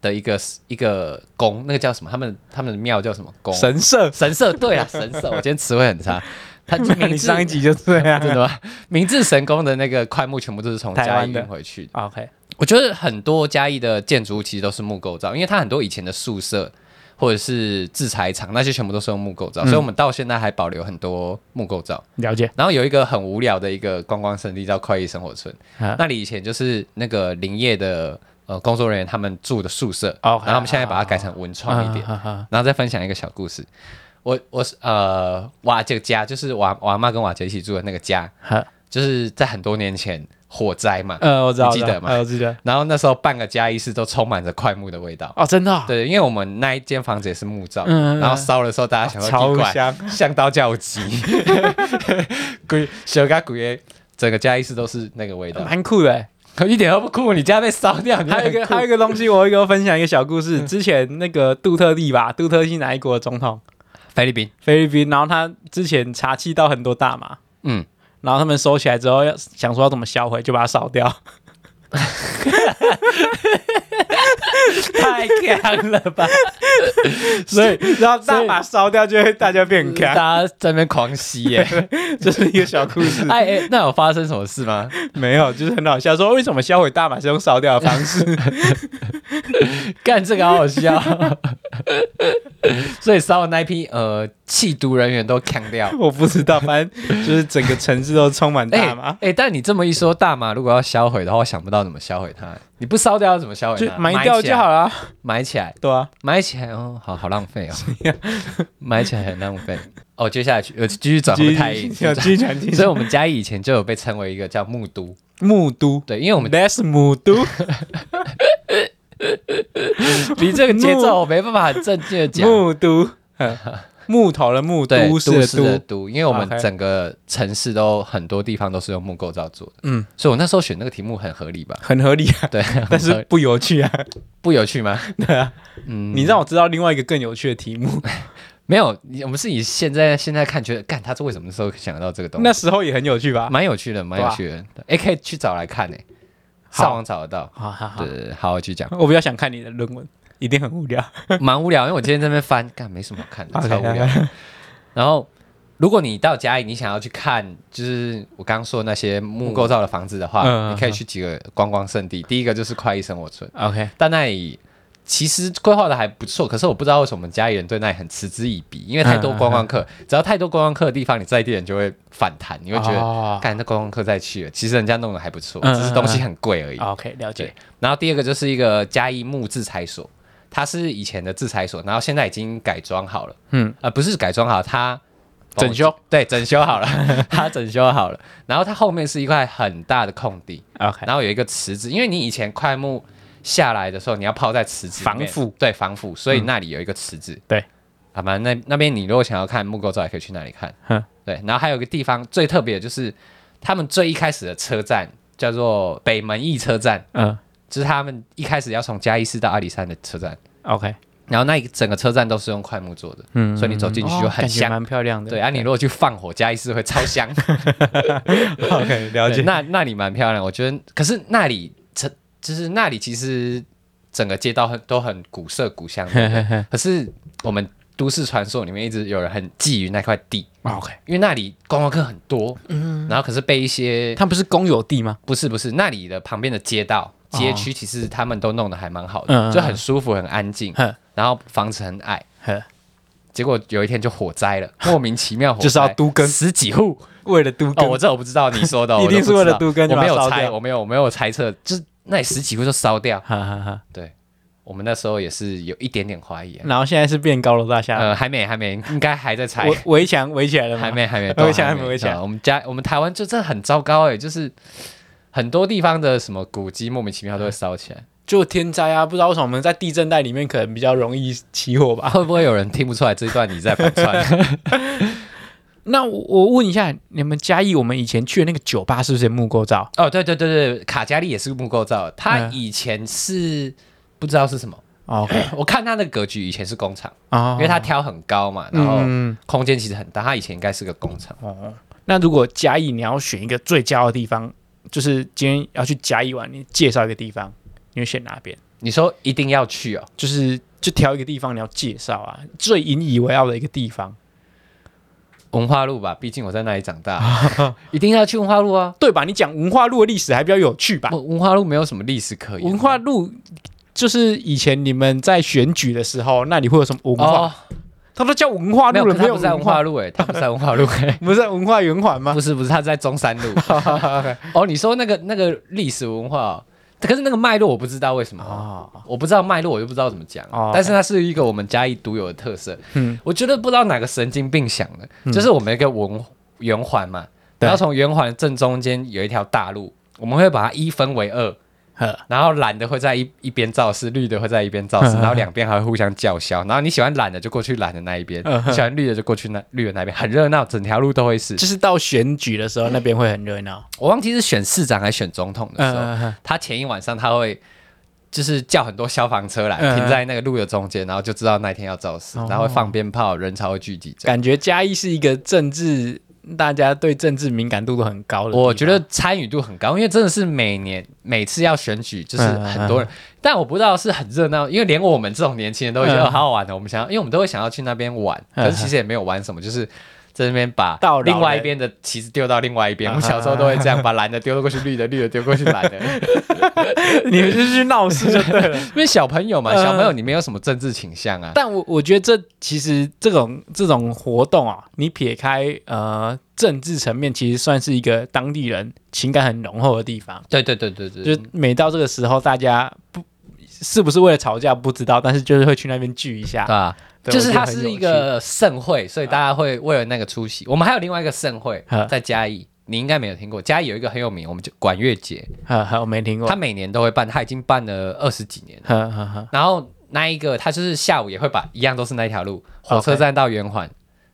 S1: 的一个一个宫，那个叫什么？他们他们的庙叫什么宫？
S2: 神社，
S1: 神社对啊，神社。我今天词汇很差。他
S2: 你上一集就 这
S1: 真
S2: 样。
S1: 的吗？明治神宫的那个块木全部都是从
S2: 台
S1: 嘉
S2: 湾
S1: 义
S2: 的
S1: 运回去的。
S2: OK，
S1: 我觉得很多嘉义的建筑物其实都是木构造，因为它很多以前的宿舍或者是制裁厂，那些全部都是用木构
S2: 嗯
S1: 造，所以我们到现在还保留很多木构造。
S2: 了解，
S1: 然后有一个很无聊的一个观光胜地叫快意生活村，
S2: 啊
S1: 那里以前就是那个林业的呃工作人员他们住的宿舍，然后
S2: OK，
S1: 他们现在把它改成文创一点。
S2: 啊啊啊
S1: 然后再分享一个小故事，我我是呃瓦这个家就是我我阿妈跟瓦姐一起住的那个家，
S2: 啊啊
S1: 就是在很多年前火灾嘛，
S2: 呃，我知道，
S1: 你记
S2: 我知
S1: 得
S2: 道
S1: 吗
S2: 呃我记得。
S1: 然后那时候半个嘉义市都充满着快木的味道。
S2: 哦，真的哦，
S1: 对，因为我们那一间房子也是木造，
S2: 嗯嗯嗯啊
S1: 然后烧的时候大家想说
S2: 超
S1: 奇怪，
S2: 香，
S1: 像刀叫鸡， 鬼小嘎鬼耶，整个嘉义市都是那个味道，
S2: 蛮酷的欸。
S1: 可一点都不酷，你家被烧掉，你
S2: 还有一个
S1: 很酷
S2: 还有一个东西，我跟分享一个小故事。之前那个杜特地吧，杜特地哪一国的总统？
S1: 菲律宾，
S2: 菲律宾，然后他之前查气到很多大麻，
S1: 嗯，
S2: 然后他们收起来之后，要想说要怎么销毁，就把它烧掉。
S1: 太强了吧！
S2: 所以，然后 大
S1: 所以
S2: 麻烧掉就会大家变很干，
S1: 大家在那边狂吸 耶、
S2: 这是一个小故 事。
S1: 哎哎，那有发生什么事吗？
S2: 没有，就是很好笑。说为什么销毁大麻是用烧掉的 方式？
S1: 干这个好好笑， 所以烧的那一批呃弃毒人员都扛掉。
S2: 我不知道，反正就是整个城市都充满
S1: 哎、
S2: 大麻
S1: 哎、。但你这么一说，大麻如果要销毁的话，我想不到怎么销毁它。你不烧掉要怎么销毁
S2: 就
S1: 它？
S2: 埋掉
S1: 起
S2: 就
S1: 来
S2: 好，了，
S1: 埋起来，
S2: 对啊，
S1: 埋起来哦，好好浪费哦，埋起来很浪费。哦，接下来去呃继续
S2: 啊
S1: 转回太硬，
S2: 要继续讲，继续
S1: 所以
S2: 讲
S1: 我们嘉义以前就有被称为一个叫木都，
S2: 木都
S1: 对，因为我们
S2: ，that's 木都，
S1: 离这个节奏我没办法很正经的讲。
S2: 木都，嗯木头的木，
S1: 对，
S2: 都市
S1: 市的
S2: 的都，
S1: 都，因为我们
S2: OK
S1: 整个城市都很多地方都是用木构造做的，
S2: 嗯，
S1: 所以我那时候选那个题目很合理吧？
S2: 很合理啊。
S1: 对，
S2: 但是不有趣啊！
S1: 不有趣吗？
S2: 对啊，
S1: 嗯，
S2: 你让我知道另外一个更有趣的题目。
S1: 没有，你我们是以现在现在看觉得，干他是为什么那时候想到这个东西？
S2: 那时候也很有趣吧？
S1: 蛮有趣的，蛮有趣的，哎，可以去找来看呢，
S2: 好
S1: 上网找得到。
S2: 好好好
S1: 对，对，对好，我继续讲，
S2: 我比较想看你的论文，一定很无聊。
S1: 蛮无聊，因为我今天在那边翻，干没什么好看的，
S2: OK，
S1: 超无 聊
S2: OK。
S1: 然后，如果你到家里，你想要去看，就是我刚刚说的那些木构造的房子的话，
S2: 嗯嗯嗯
S1: 你可以去几个观光圣地。第一个就是快意生活村，
S2: OK，
S1: 但那里其实规划的还不错，可是我不知道为什么我们家里人对那里很嗤之以鼻，因为太
S2: 嗯
S1: 多观光客，只要太多观光客的地方，你在地人就会反弹，你会觉得，
S2: 哦
S1: 干、那观光客再去了，其实人家弄得还不错，
S2: 嗯嗯
S1: 只是东西很贵而已。
S2: OK，了解
S1: 对。，然后第二个就是一个嘉义木制裁所，它是以前的制裁所，然后现在已经改装好了，
S2: 嗯，
S1: 呃，不是改装好，它
S2: 整修，
S1: 对，整修好了， 它整修好了，然后它后面是一块很大的空地，
S2: OK，
S1: 然后有一个池子，因为你以前快木下来的时候，你要泡在池子里面
S2: 防腐，嗯
S1: 对防腐，所以那里有一个池子，
S2: 对，
S1: 好吧，那那边你如果想要看木构造，也可以去那里看
S2: 哼，
S1: 对，然后还有一个地方最特别的就是他们最一开始的车站叫做北门驿车站，
S2: 嗯
S1: 就是他们一开始要从嘉义市到阿里山的车站，
S2: ，OK，
S1: 然后那一整个车站都是用快木做的，
S2: 嗯
S1: 所以你走进去就
S2: 哦
S1: 很
S2: 感觉
S1: 香
S2: 蛮漂亮的。
S1: 对啊，你如果去放火，嘉义市会超香。
S2: OK，了
S1: 对
S2: 解。
S1: 那那里蛮漂亮，我觉得。可是那里，这就是那里，其实整个街道很都很古色古香的。对 不对可是我们都市传说里面一直有人很觊觎那块地，
S2: OK，
S1: 因为那里观光客很多，然后可是被一些
S2: 它不是公 有地吗？
S1: 不是不是那里的旁边的街道街区，其实他们都弄得还蛮好的，
S2: 哦嗯嗯嗯
S1: 就很舒服很安静
S2: 哼，
S1: 然后房子很矮。
S2: 呵
S1: 结果有一天就火灾了，莫名其妙火灾，
S2: 就是要都更
S1: 十几户，
S2: 为了 都
S1: 哦，
S2: 更
S1: 我这我不知道你 说的哦，
S2: 一定
S1: 我都不知道
S2: 是为了杜根就
S1: 我
S2: 把
S1: 没
S2: 它
S1: 有
S2: 烧
S1: 猜，
S2: 掉
S1: 我没有我没有猜测，就是那里十几户就烧掉。
S2: 哈哈哈。
S1: 对，我们那时候也是有一点点怀疑啊，
S2: 然后现在是变高楼大厦，
S1: 呃，还没还没，应该还在猜，
S2: 围围墙围起来了吗？
S1: 还没还没，
S2: 我
S1: 都
S2: 想
S1: 还
S2: 还没我想
S1: 对我们家我们台湾就真的很糟糕哎，就是很多地方的什么古迹莫名其妙都会烧起来，
S2: 就天灾啊，不知道为什么我们在地震带里面可能比较容易起火吧。
S1: 啊会不会有人听不出来这一段你在反串？
S2: 那我我问一下，你们嘉义我们以前去的那个酒吧是不是木构造？
S1: 哦，对对对对，卡加利也是木构造的，它
S2: 嗯
S1: 以前是不知道是什么，
S2: OK，
S1: 我看它的格局以前是工厂，
S2: 哦
S1: 哦因为它挑很高嘛，然后。
S2: 嗯
S1: 空间其实很大，它以前应该是个工厂。
S2: 哦，那如果嘉义你要选一个最骄傲的地方，就是今天要去嘉义玩，你介绍一个地方，你会选哪边？
S1: 你说一定要去哦？
S2: 就是就挑一个地方你要介绍啊，最引以为傲的一个地方，
S1: 文化路吧，毕竟我在那里长大， 一定要去文化路啊！哦
S2: 对吧？你讲文化路的历史还比较有趣吧？
S1: 文文化路没有什么历史可言，
S2: 文化路就是以前你们在选举的时候，那里会有什么文化？
S1: 哦，
S2: 他都叫文化
S1: 没
S2: 路
S1: 有，
S2: 了，
S1: 可是他
S2: 有，
S1: 不是在文化路哎，他不是在文化路哎
S2: 不是在文化圆环吗？
S1: 不是不是，他是在中山 路。哦，你说那个那个历史文化哦，可是那个脉络我不知道为什么哦
S2: 啊，
S1: 我不知道脉络，我就不知道怎么讲。
S2: 哦
S1: 但是它是一个我们嘉义独有的特色。
S2: 嗯
S1: 我觉得不知道哪个神经病想的，就是我们一个文圆环嘛，
S2: 对
S1: 然后从圆环正中间有一条大路，我们会把它一分为二，
S2: 呵
S1: 然后蓝的会在一一边造势，绿的会在一边造势，
S2: 嗯
S1: 然后两边还会互相叫嚣，然后你喜欢蓝的就过去蓝的那一边，
S2: 嗯
S1: 喜欢绿的就过去那绿的那边，很热闹，整条路都会是。
S2: 就是到选举的时候，那边会很热闹。
S1: 我忘记是选市长还是选总统的时候，
S2: 嗯，
S1: 他前一晚上他会就是叫很多消防车来、
S2: 嗯
S1: 停在那个路的中间，然后就知道那天要造势，
S2: 哦
S1: 然后会放鞭炮，人潮会聚集这样。
S2: 感觉嘉义是一个政治，大家对政治敏感度都很高的地方。
S1: 我觉得参与度很高，因为真的是每年每次要选举，就是很
S2: 嗯
S1: 多人，但我不知道是很热闹，因为连我们这种年轻人都会觉得
S2: 嗯
S1: 哦好好玩的。我们想要，因为我们都会想要去那边玩，
S2: 嗯
S1: 可是其实也没有玩什么，就是在那边把
S2: 到老人
S1: 另外一边的旗子丢到另外一边。
S2: 嗯
S1: 我们小时候都会这样，把蓝的丢过去，绿的绿的丢过去， 蓝的。
S2: 你们就是去闹事就对了。
S1: 因为小朋友嘛，
S2: 嗯
S1: 小朋友你没有什么政治倾向啊。
S2: 但我我觉得这其实这种这种活动啊，你撇开呃政治层面，其实算是一个当地人情感很浓厚的地方。
S1: 对对对对对，
S2: 就是每到这个时候，大家不是不是为了吵架不知道，但是就是会去那边聚一下。
S1: 对啊，
S2: 对
S1: 就是它
S2: 我觉得很
S1: 是
S2: 有啊
S1: 一个盛会，所以大家会为了那个出席。我们还有另外一个盛会
S2: 嗯
S1: 在嘉义，你应该没有听过，嘉义有一个很有名，我们就管乐节，
S2: 呵呵，我没听过
S1: 它。每年都会办，它已经办了二十几年了。
S2: 呵呵呵，
S1: 然后那一个，它就是下午也会把一样都是那一条路，火车
S2: OK
S1: 站到圆环，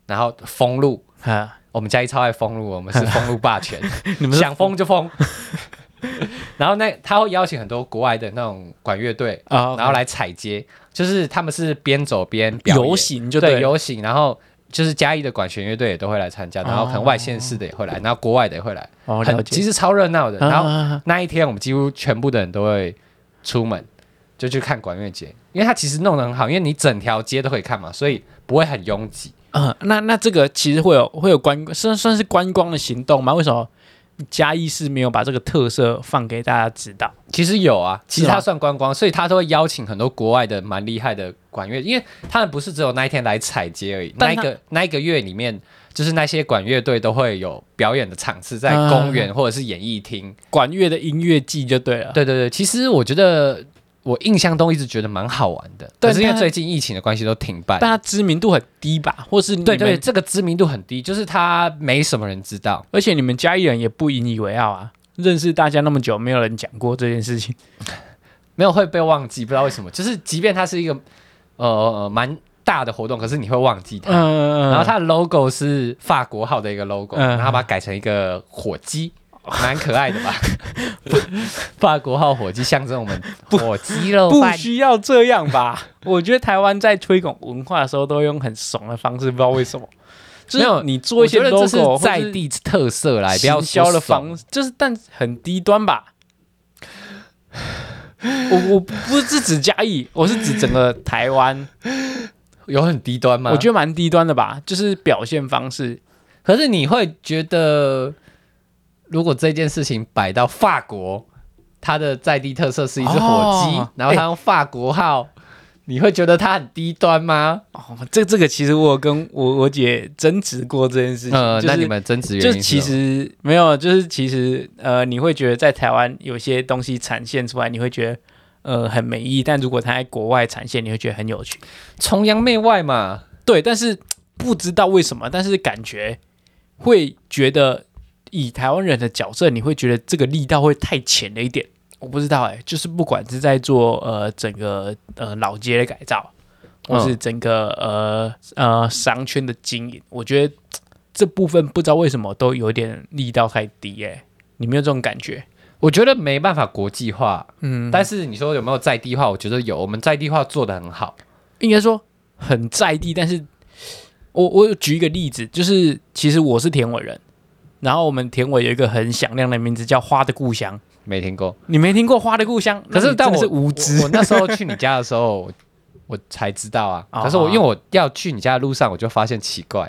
S1: 然后封路。
S2: 呵，
S1: 我们嘉义超爱封路，我们是封路霸权，
S2: 你们是
S1: 想封就封。 然后那他会邀请很多国外的那种管乐队，
S2: 啊，
S1: 然后来踩街，就是他们是边走边表演
S2: 游行就
S1: 对
S2: 了
S1: 游行，然后就是嘉义的管弦乐队也都会来参加，然后可能外县市的也会来，然后国外的也会来，
S2: 哦，了
S1: 很
S2: 解
S1: 其。实超热闹的。
S2: 啊
S1: 然后
S2: 啊啊
S1: 那一天我们几乎全部的人都会出门，就去看管乐节，因为它其实弄得很好，因为你整条街都可以看嘛，所以不会很拥挤。
S2: 嗯，那那这个其实会有会有观算算是观光的行动吗？为什么嘉义市没有把这个特色放给大家知道？
S1: 其实有啊，其实
S2: 是吗
S1: 它算观光，所以它都会邀请很多国外的蛮厉害的管乐，因为他们不是只有那一天来踩街而已，那
S2: 但
S1: 一
S2: 他
S1: 个那一个月里面，就是那些管乐队都会有表演的场次，在
S2: 啊
S1: 公园或者是演艺厅。
S2: 管乐的音乐季就对了。
S1: 对对对，其实我觉得我印象中一直觉得蛮好玩的，
S2: 但
S1: 但是因为
S2: 他
S1: 最近疫情的关系都停办。
S2: 但它知名度很低吧，或是你
S1: 对
S2: 们
S1: 对，，这个知名度很低，就是它没什么人知道。
S2: 而且你们嘉义人也不引以为傲啊。认识大家那么久，没有人讲过这件事情。
S1: 没有会被忘记，不知道为什么。就是即便它是一个呃蛮大的活动，可是你会忘记它。
S2: 嗯，
S1: 然后它的 logo 是法国号的一个 logo，、
S2: 嗯
S1: 然后把它改成一个火鸡，蛮可爱 的吧？法国号火鸡象征我们火鸡肉
S2: 不
S1: 饭。
S2: 需要这样吧？ 我觉得台湾在推广文化的时候，都用很怂的方式，不知道为 什么。就
S1: 没有
S2: 是你做一些
S1: 我觉得
S2: logo，
S1: 这是在地特色来，不要说
S2: 销
S1: 怂
S2: 的方，就是但很低端吧。 我我不是指嘉义，我是指整个台湾，
S1: 有很低端吗？
S2: 我觉得蛮低端的吧，就是表现方式。
S1: 可是你会觉得，如果这件事情摆到法国，它的在地特色是一只火鸡，
S2: 哦
S1: 然后它用法国号，你会觉得它很低端吗？
S2: 哦，这这个其实我有跟我我姐争执过这件事情，
S1: 呃，
S2: 就是
S1: 那你们争执原因
S2: 就是其
S1: 什么
S2: 实没有，就是其实呃，你会觉得在台湾有些东西产现出来，你会觉得呃很没意义，但如果它在国外产现，你会觉得很有趣。
S1: 崇洋媚外嘛，
S2: 对，但是不知道为什么，但是感觉会觉得以台湾人的角色，你会觉得这个力道会太浅了一点。我不知道哎、就是不管是在做呃整个呃老街的改造，或是整个、呃呃商圈的经营，我觉得这部分不知道为什么都有点力道太低哎、你没有这种感觉？
S1: 我觉得没办法国际化，
S2: 嗯，
S1: 但是你说有没有在地化？我觉得有，我们在地化做得很好。
S2: 应该说很在地，但是我我举一个例子，就是其实我是田尾人，然后我们田尾有一个很响亮的名字叫《花的故乡》，
S1: 没听过，
S2: 你没听过《花的故乡》？
S1: 可是
S2: 那
S1: 但
S2: 你真
S1: 我
S2: 的是无知
S1: 我我那 时候去你家的时候，我我才知道 啊。
S2: 哦
S1: 可是我因为我要去你家的路上，我就发现奇怪，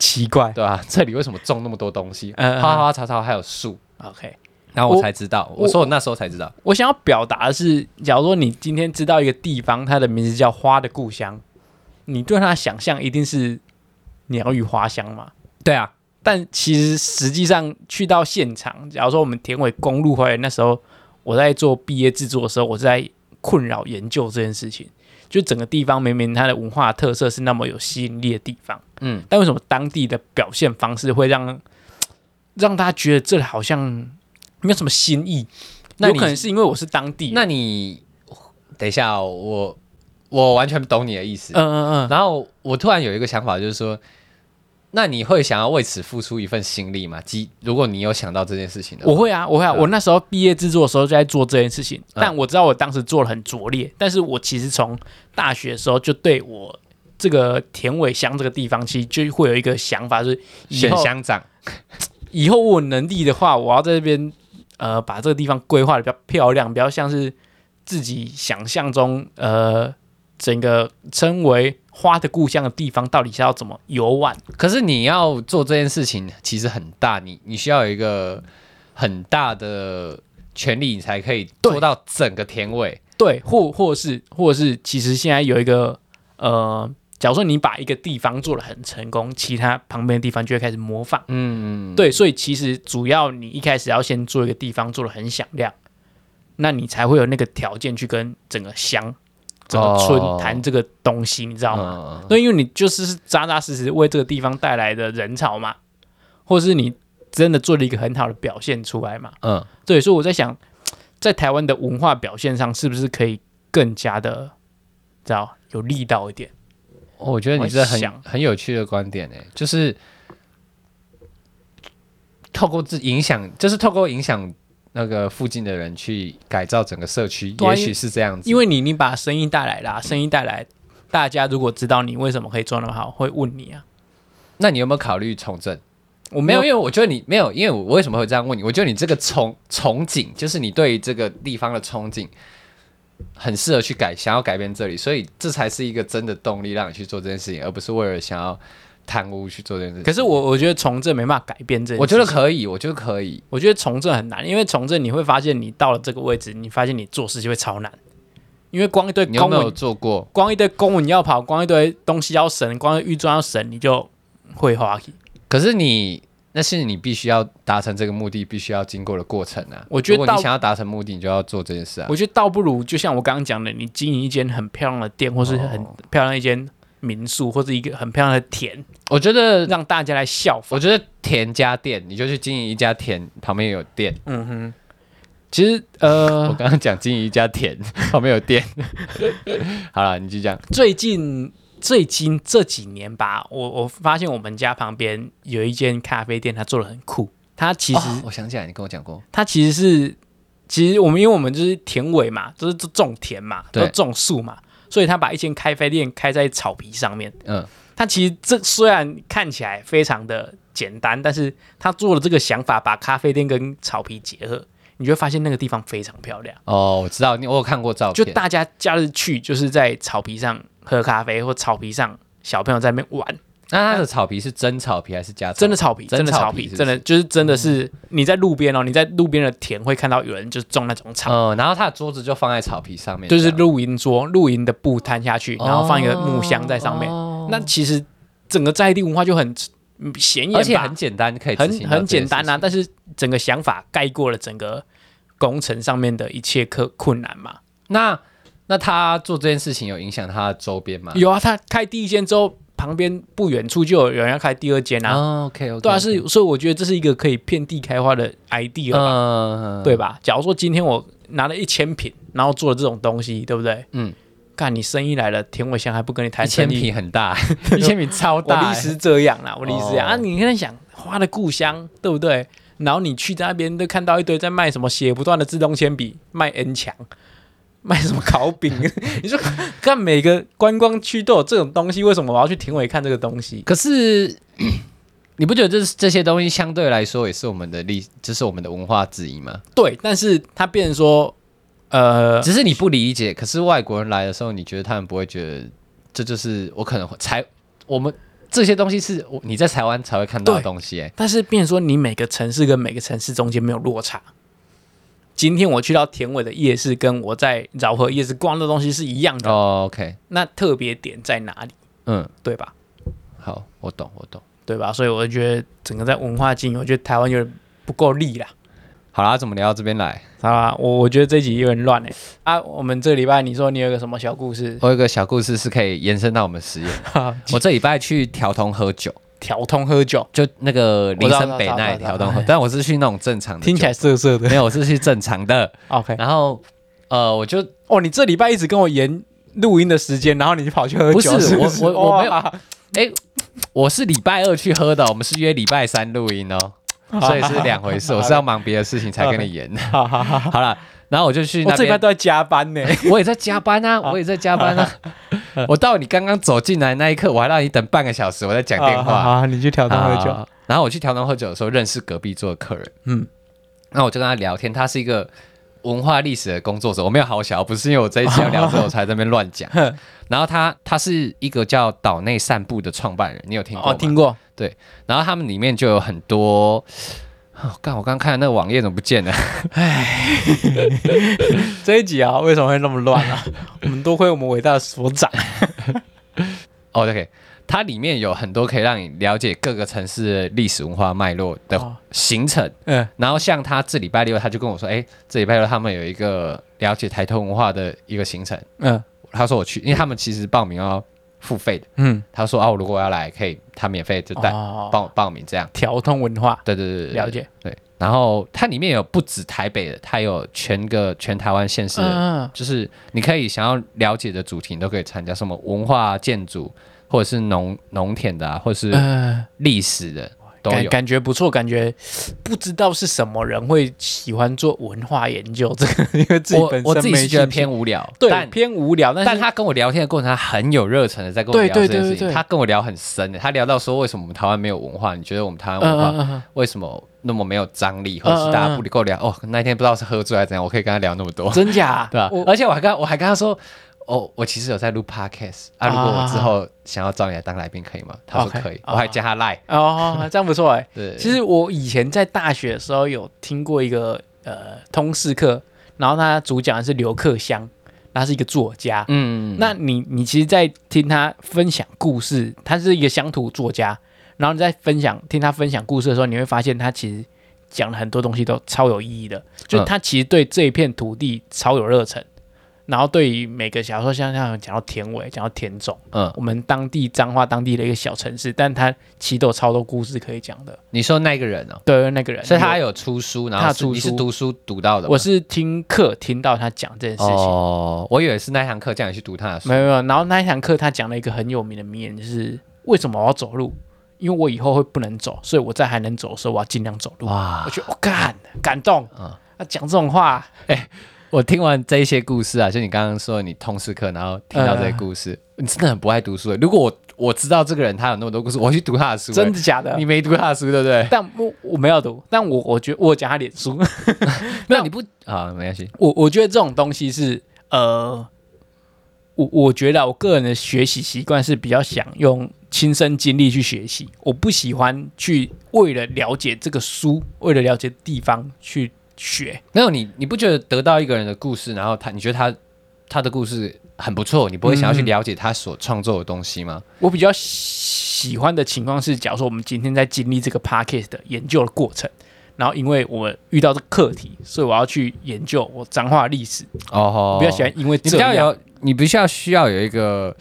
S2: 奇 怪。
S1: 对啊，这里为什么种那么多东西？
S2: 嗯嗯
S1: 花花草草还有树，
S2: OK，
S1: 然后我才知道，
S2: 我
S1: 我说我那时候才知道，
S2: 我想要表达的是，假如说你今天知道一个地方，它的名字叫花的故乡，你对它的想象一定是鸟语花香嘛。
S1: 对啊，
S2: 但其实实际上去到现场，假如说我们田尾公路花园那时候，我在做毕业制作的时候，我是在困扰研究这件事情。就整个地方明明它的文化特色是那么有吸引力的地方，
S1: 嗯，
S2: 但为什么当地的表现方式会让让大家觉得这里好像没有什么新意？
S1: 那
S2: 有
S1: 你
S2: 可能是因为我是当地人，
S1: 那你等一下哦、我我完全不懂你的意思。
S2: 嗯嗯嗯，
S1: 然后我突然有一个想法，就是说，那你会想要为此付出一份心力吗？即如果你有想到这件事情的话，
S2: 我会啊，我会啊，
S1: 对啊
S2: 我那时候毕业制作的时候就在做这件事情，
S1: 嗯
S2: 但我知道我当时做的很拙劣，但是我其实从大学的时候就对我这个田尾乡这个地方，其实就会有一个想法，就是以
S1: 选
S2: 后
S1: 乡长，
S2: 以后我有能力的话，我要在这边呃把这个地方规划的比较漂亮，比较像是自己想象中呃整个称为花的故乡的地方，到底是要怎么游玩？
S1: 可是你要做这件事情其实很大，你你需要有一个很大的权利，你才可以做到整个田尾。
S2: 对，或或是或是，其实现在有一个呃，假如说你把一个地方做的很成功，其他旁边的地方就会开始模仿。
S1: 嗯，
S2: 对，所以其实主要你一开始要先做一个地方做的很响亮，那你才会有那个条件去跟整个乡、整个
S1: 哦
S2: 村谈这个东西，你知道吗？
S1: 嗯
S2: 对，因为你就是扎扎实实为这个地方带来的人潮嘛，或是你真的做了一个很好的表现出来嘛。
S1: 嗯，
S2: 对，所以我在想，在台湾的文化表现上，是不是可以更加的，知道有力道一点？
S1: 我觉得你这很
S2: 我想
S1: 很有趣的观点诶、欸就是透过自影响，就是透过影响那个附近的人去改造整个社区，
S2: 对啊
S1: 也许是这样子。
S2: 因为你你把生意带来啦，生意带来，大家如果知道你为什么可以做那么好，会问你啊。
S1: 那你有没有考虑从政？
S2: 我
S1: 没
S2: 没
S1: 有，
S2: 有
S1: 因，为我觉得你没有，因为我为什么会这样问你？我觉得你这个憧憧憬，就是你对这个地方的憧憬，很适合去改，想要改变这里，所以这才是一个真的动力，让你去做这件事情，而不是为了想要贪污去做这件事情。
S2: 可是我我觉得从政没办法改变这件事情，
S1: 我觉得可以，我觉得可以，
S2: 我觉得从政很难，因为从政你会发现，你到了这个位置，你发现你做事就会超难，因为光一堆
S1: 你有
S2: 公
S1: 没有
S2: 文，
S1: 做过？
S2: 光一堆公文要跑，光一堆东西要审，光一堆预算要审，你就会花去。
S1: 可是你那是你必须要达成这个目的，必须要经过的过程啊。
S2: 我觉得
S1: 如果
S2: 到
S1: 你想要达成目的，你就要做这件事啊。
S2: 我觉得倒不如就像我刚刚讲的，你经营一间很漂亮的店，或是
S1: 哦
S2: 很漂亮一间民宿，或是一个很漂亮的田，
S1: 我觉得，
S2: 让大家来效仿。
S1: 我觉得田家店，你就去经营一家田，旁边有店。
S2: 嗯哼，其实 呃
S1: 我，刚刚讲经营一家田， 旁边有店。好了，你就讲。
S2: 最近最近这几年吧，我我发现我们家旁边有一间咖啡店，它做的很酷。它其实、
S1: 哦我想起来，你跟我讲过，
S2: 它其实是其实我们因为我们就是田尾嘛，就是种田嘛，
S1: 对
S2: 都种树嘛，所以他把一间咖啡店开在草皮上面。
S1: 嗯，
S2: 他其实这虽然看起来非常的简单，但是他做了这个想法，把咖啡店跟草皮结合，你就会发现那个地方非常漂亮。
S1: 哦，我知道你，我有看过照
S2: 就
S1: 片。
S2: 大家假日去，就是在草皮上喝咖啡，或草皮上小朋友在那边玩，
S1: 那它的草皮是真草皮还是假草皮？
S2: 真的草皮，
S1: 哦真
S2: 真的
S1: 草
S2: 草
S1: 皮
S2: 皮，
S1: 是不是嗯
S2: 真的就是真的是你在路边哦，你在路边的田会看到有人就是种那种草，
S1: 嗯，然后它的桌子就放在草皮上面，
S2: 就是
S1: 这样
S2: 露营桌、露营的布摊下去，然后放一个木箱在上面。
S1: 哦
S2: 那其实整个在地文化就很嗯显眼吧，
S1: 而且很简单，可以执行
S2: 很
S1: 到
S2: 很简单啊，
S1: 这件事情
S2: 但是整个想法盖过了整个工程上面的一切困困难嘛。
S1: 那那他做这件事情有影响他的周边吗？哦
S2: 有啊，他开第一间之后，旁边不远处就有人要开第二间啊。
S1: 啊，OK OK，
S2: 对啊，是所以我觉得这是一个可以遍地开花的 idea，、
S1: 嗯，
S2: 对吧？假如说今天我拿了一千瓶，然后做了这种东西，对不对？
S1: 嗯，
S2: 看你生意来了，田伟祥还不跟你谈
S1: 一千
S2: 生意，
S1: 平很 大，一千平超
S2: 我
S1: 大
S2: 的意思
S1: 欸，
S2: 是这样啦，我的意思是这样、
S1: 哦
S2: 啊。你跟他想花的故乡，对不对？然后你去那边都看到一堆在卖什么写不断的自动铅笔，卖 N 强， 卖什么烤饼。 你说看每个观光区都有这种东西，为什么我要去庭委看这个东西？
S1: 可是 你不觉得这这些东西相对来说也是我们的历，就是我们的文化之一吗？
S2: 对，但是他变成说，呃，
S1: 只是你不理解，可是外国人来的时候，你觉得他们不会觉得这就是我可能会才我们这些东西是我你在台湾才会看到的
S2: 对
S1: 东西，哎，
S2: 但是变成说你每个城市跟每个城市中间没有落差，今天我去到田尾的夜市，跟我在饶河夜市逛的东西是一样的，
S1: 哦，OK，
S2: 那特别点在哪里？
S1: 嗯，
S2: 对吧？
S1: 好，我懂，我懂。
S2: 对吧？所以我就觉得整个在文化经营，我觉得台湾有点不够力啦。
S1: 好啦，怎么聊到这边来？
S2: 好吧，我我觉得这集有点乱哎、啊，我们这个礼拜你说你有个什么小故 事？
S1: 我有个小故事是可以延伸到我们实验。
S2: 哈
S1: 我这礼拜去调通喝酒，
S2: 调通喝酒，
S1: 就那个林森北那
S2: 我
S1: 里
S2: 知道
S1: 调
S2: 我知道我知道
S1: 通 喝，但我是去那种正常的酒，
S2: 听起来涩涩的。
S1: 没有，我是去正常的。
S2: OK，
S1: 然后呃，我就
S2: 哦，你这礼拜一直跟我延录音的时间，然后你就跑去喝
S1: 不
S2: 酒，
S1: 是
S2: 是
S1: 我
S2: 是
S1: 我我没有
S2: 哇
S1: 我是礼拜二去喝的，我们是约礼拜三录音哦，所以是两回 事。我是要忙别的事情才跟你演。
S2: 哈哈哈！
S1: 好了，然后我就去
S2: 我
S1: 那
S2: 这礼拜
S1: 边，
S2: 都在加班呢、
S1: 我也在加班啊，我也在加班 啊。我到你刚刚走进来那一刻，我还让你等半个小时，我在讲电
S2: 啊
S1: 话。
S2: 啊啊你去调通喝酒，
S1: 啊然后我去调通喝酒的时候，认识隔壁桌的客人，
S2: 嗯
S1: 嗯，那我就跟他聊天，他是一个文化历史的工作者，我没有好小，不是因为我这一期要聊之后才在那边乱 讲。然后他他是一个叫岛内散步的创办人，你有听过
S2: 哦，
S1: 吗？
S2: 听过，
S1: 然后他们里面就有很多。哦，干！我刚看的那个网页怎么不见了？
S2: 这一集啊，为什么会那么乱 啊？我们多亏我们伟大的所长，
S1: 哦、o k 它里面有很多可以让你了解各个城市的历史文化脉络
S2: 哦
S1: 的行程，
S2: 嗯，
S1: 然后像他这礼拜六，他就跟我说，哎，这礼拜六他们有一个了解台东文化的一个行程，
S2: 嗯
S1: 他说我去，因为他们其实报名要付费的，
S2: 嗯，
S1: 他说啊，我如果要来，可以他免费就带、
S2: 哦，
S1: 帮我报名这样，
S2: 调通文化
S1: 对对对对，
S2: 了解，
S1: 对。然后它里面有不止台北的，它有全个全台湾县市的，
S2: 嗯，
S1: 就是你可以想要了解的主题，你都可以参加，什么文化建筑，或者是农农田的啊，或者是
S2: 嗯
S1: 历史的、都
S2: 感
S1: 有。
S2: 感觉不错，感觉不知道是什么人会喜欢做文化研究这个，因为自己
S1: 我
S2: 本
S1: 我
S2: 身
S1: 自己
S2: 没
S1: 是觉得
S2: 兴趣
S1: 偏无聊，
S2: 对
S1: 但
S2: 偏无聊，但
S1: 但
S2: 是
S1: 他跟我聊天的过程，他很有热忱的在跟我
S2: 对
S1: 聊这
S2: 对
S1: 件
S2: 对
S1: 事情。
S2: 对对
S1: 他跟我聊很深的，他聊到说为什么我们台湾没有文化？你觉得我们台湾
S2: 嗯
S1: 文
S2: 嗯
S1: 化
S2: 嗯嗯
S1: 为什么那么没有张力，或者是大家不够聊？哦，那一天不知道是喝醉还是怎样，我可以跟他聊那 么多
S2: 嗯，，真假
S1: 对吧、啊
S2: 我
S1: 而且我还跟他我还跟他说，哦，我其实有在录 podcast 啊，如果我之后想要找你来当来宾，可以吗？他说
S2: OK，
S1: 可以，
S2: 啊
S1: 我还加他 line。
S2: 哦，这样不错哎。
S1: 对，
S2: 其实我以前在大学的时候有听过一个呃通识课，然后他主讲的是刘克襄，他是一个作家。
S1: 嗯，
S2: 那你你其实，在听他分享故事，他是一个乡土作家，然后你在分享听他分享故事的时候，你会发现他其实讲了很多东西都超有意义的，就
S1: 嗯
S2: 他其实对这一片土地超有热忱，然后对于每个小说像像讲到田尾，讲到田种，
S1: 嗯，
S2: 我们当地彰化当地的一个小城市，但他其实都有超多故事可以讲的。
S1: 你说那个人哦，
S2: 对，那个人，
S1: 所以他有出书，然后
S2: 嗯他
S1: 是
S2: 出
S1: 你是
S2: 书
S1: 读书读到的吗，
S2: 我是听课听到他讲这件事情，
S1: 哦，我以为是那一堂课叫你去读他的书
S2: 没。有没有。然后那一堂课他讲了一个很有名的名言，就是为什么我要走路？因为我以后会不能走，所以我在还能走的时候，我要尽量走路。
S1: 哇
S2: 我，觉得我干、感动
S1: 嗯
S2: 啊！他讲这种话，
S1: 我听完这一些故事啊，就你刚刚说你通识课，然后听到这些故事，
S2: 呃
S1: 你真的很不爱读书欸。如果我我知道这个人他有那么多故事，我去读他的书欸。
S2: 真的假的
S1: 你？没读他的书，对不对？
S2: 但我我没有读，但我我觉得我有讲他脸书，
S1: 那你不啊，没关系。
S2: 我我觉得这种东西是呃，我我觉得啊我个人的学习习惯是比较想用亲身经历去学习，我不喜欢去为了了解这个书，为了了解地方去学。
S1: 没有你，你不觉得得到一个人的故事，然后他你觉得他他的故事很不错，你不会想要去了解他所创作的东西吗？
S2: 我比较喜欢的情况是，假如说我们今天在经历这个 p a c k e t 的研究的过程，然后因为我们遇到这个课题，所以我要去研究我彰化的历史。
S1: 哦
S2: 我比较喜欢，因为
S1: 你
S2: 这
S1: 比较
S2: 样，
S1: 有，你必须要需要有一个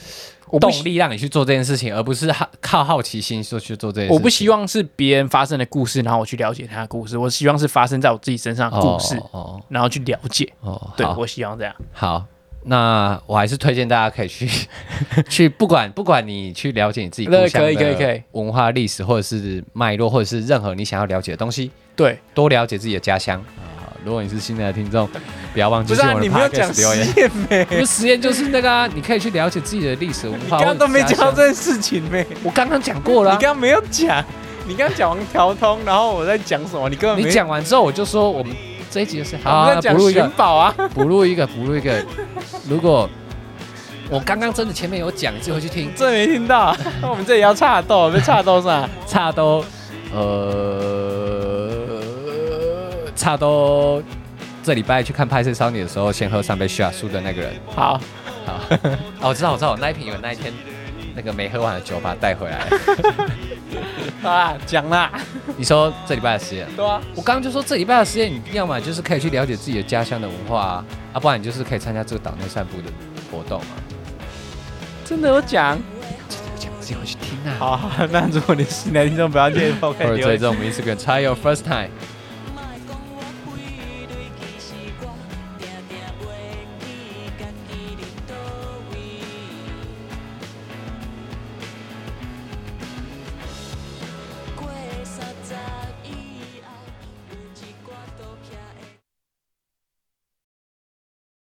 S2: 我不
S1: 动
S2: 喜
S1: 力让你去做这件事情，而不是哈靠好奇心说去做这件事情。
S2: 我不希望是别人发生的故事，然后我去了解他的故事。我希望是发生在我自己身上的故事，
S1: 哦
S2: 然后去了解。
S1: 哦哦，
S2: 对
S1: 好
S2: 我希望这样。
S1: 好，那我还是推荐大家可以去 去，不管不管你去了解你自己故
S2: 对
S1: 乡
S2: 可以可以可以
S1: 的文化历史，或者是脉络，或者是任何你想要了解的东西，
S2: 对，
S1: 多了解自己的家乡。啊如果你是新来的听 众，不要忘记去我
S2: 啊
S1: 们的 podcast 留言。
S2: 验 没？
S1: 不是实验就是那个、啊，你可以去了解自己的历史文化。或者是家乡，
S2: 件事情没？你
S1: 我刚刚讲过了啊、
S2: 刚没有讲，你刚讲完调通，然后我在讲什么？你根
S1: 你讲完之后，我就说我们这一集就是好、
S2: 我
S1: 啊，
S2: 们在
S1: 补
S2: 讲
S1: 录一
S2: 寻
S1: 个，
S2: 宝啊。
S1: 补录一个，补录一个。如果我刚刚真的前面有讲，你自己回去听。
S2: 这没听到， 我们这里要岔斗，被岔斗上。
S1: 差都呃差都这礼拜去看派对少女的时候，先喝三杯需要输的那个人。
S2: 好，
S1: 好， 哦，我知道，我知道，我那一瓶有那一天那个没喝完的酒把它带回来。
S2: 好啦，讲啦，
S1: 你说这礼拜的实验，
S2: 对啊，
S1: 我刚刚就说这礼拜的实验，你要么就是可以去了解自己的家乡的文化啊，啊，不然你就是可以参加这个岛内散步的活动嘛。
S2: 真的有讲。
S1: 讲自己回去听啊。
S2: 好，那如果你是新来听众，不要介意，我
S1: 或
S2: 可以
S1: 者追
S2: 留
S1: 踪我们 Instagram try your first time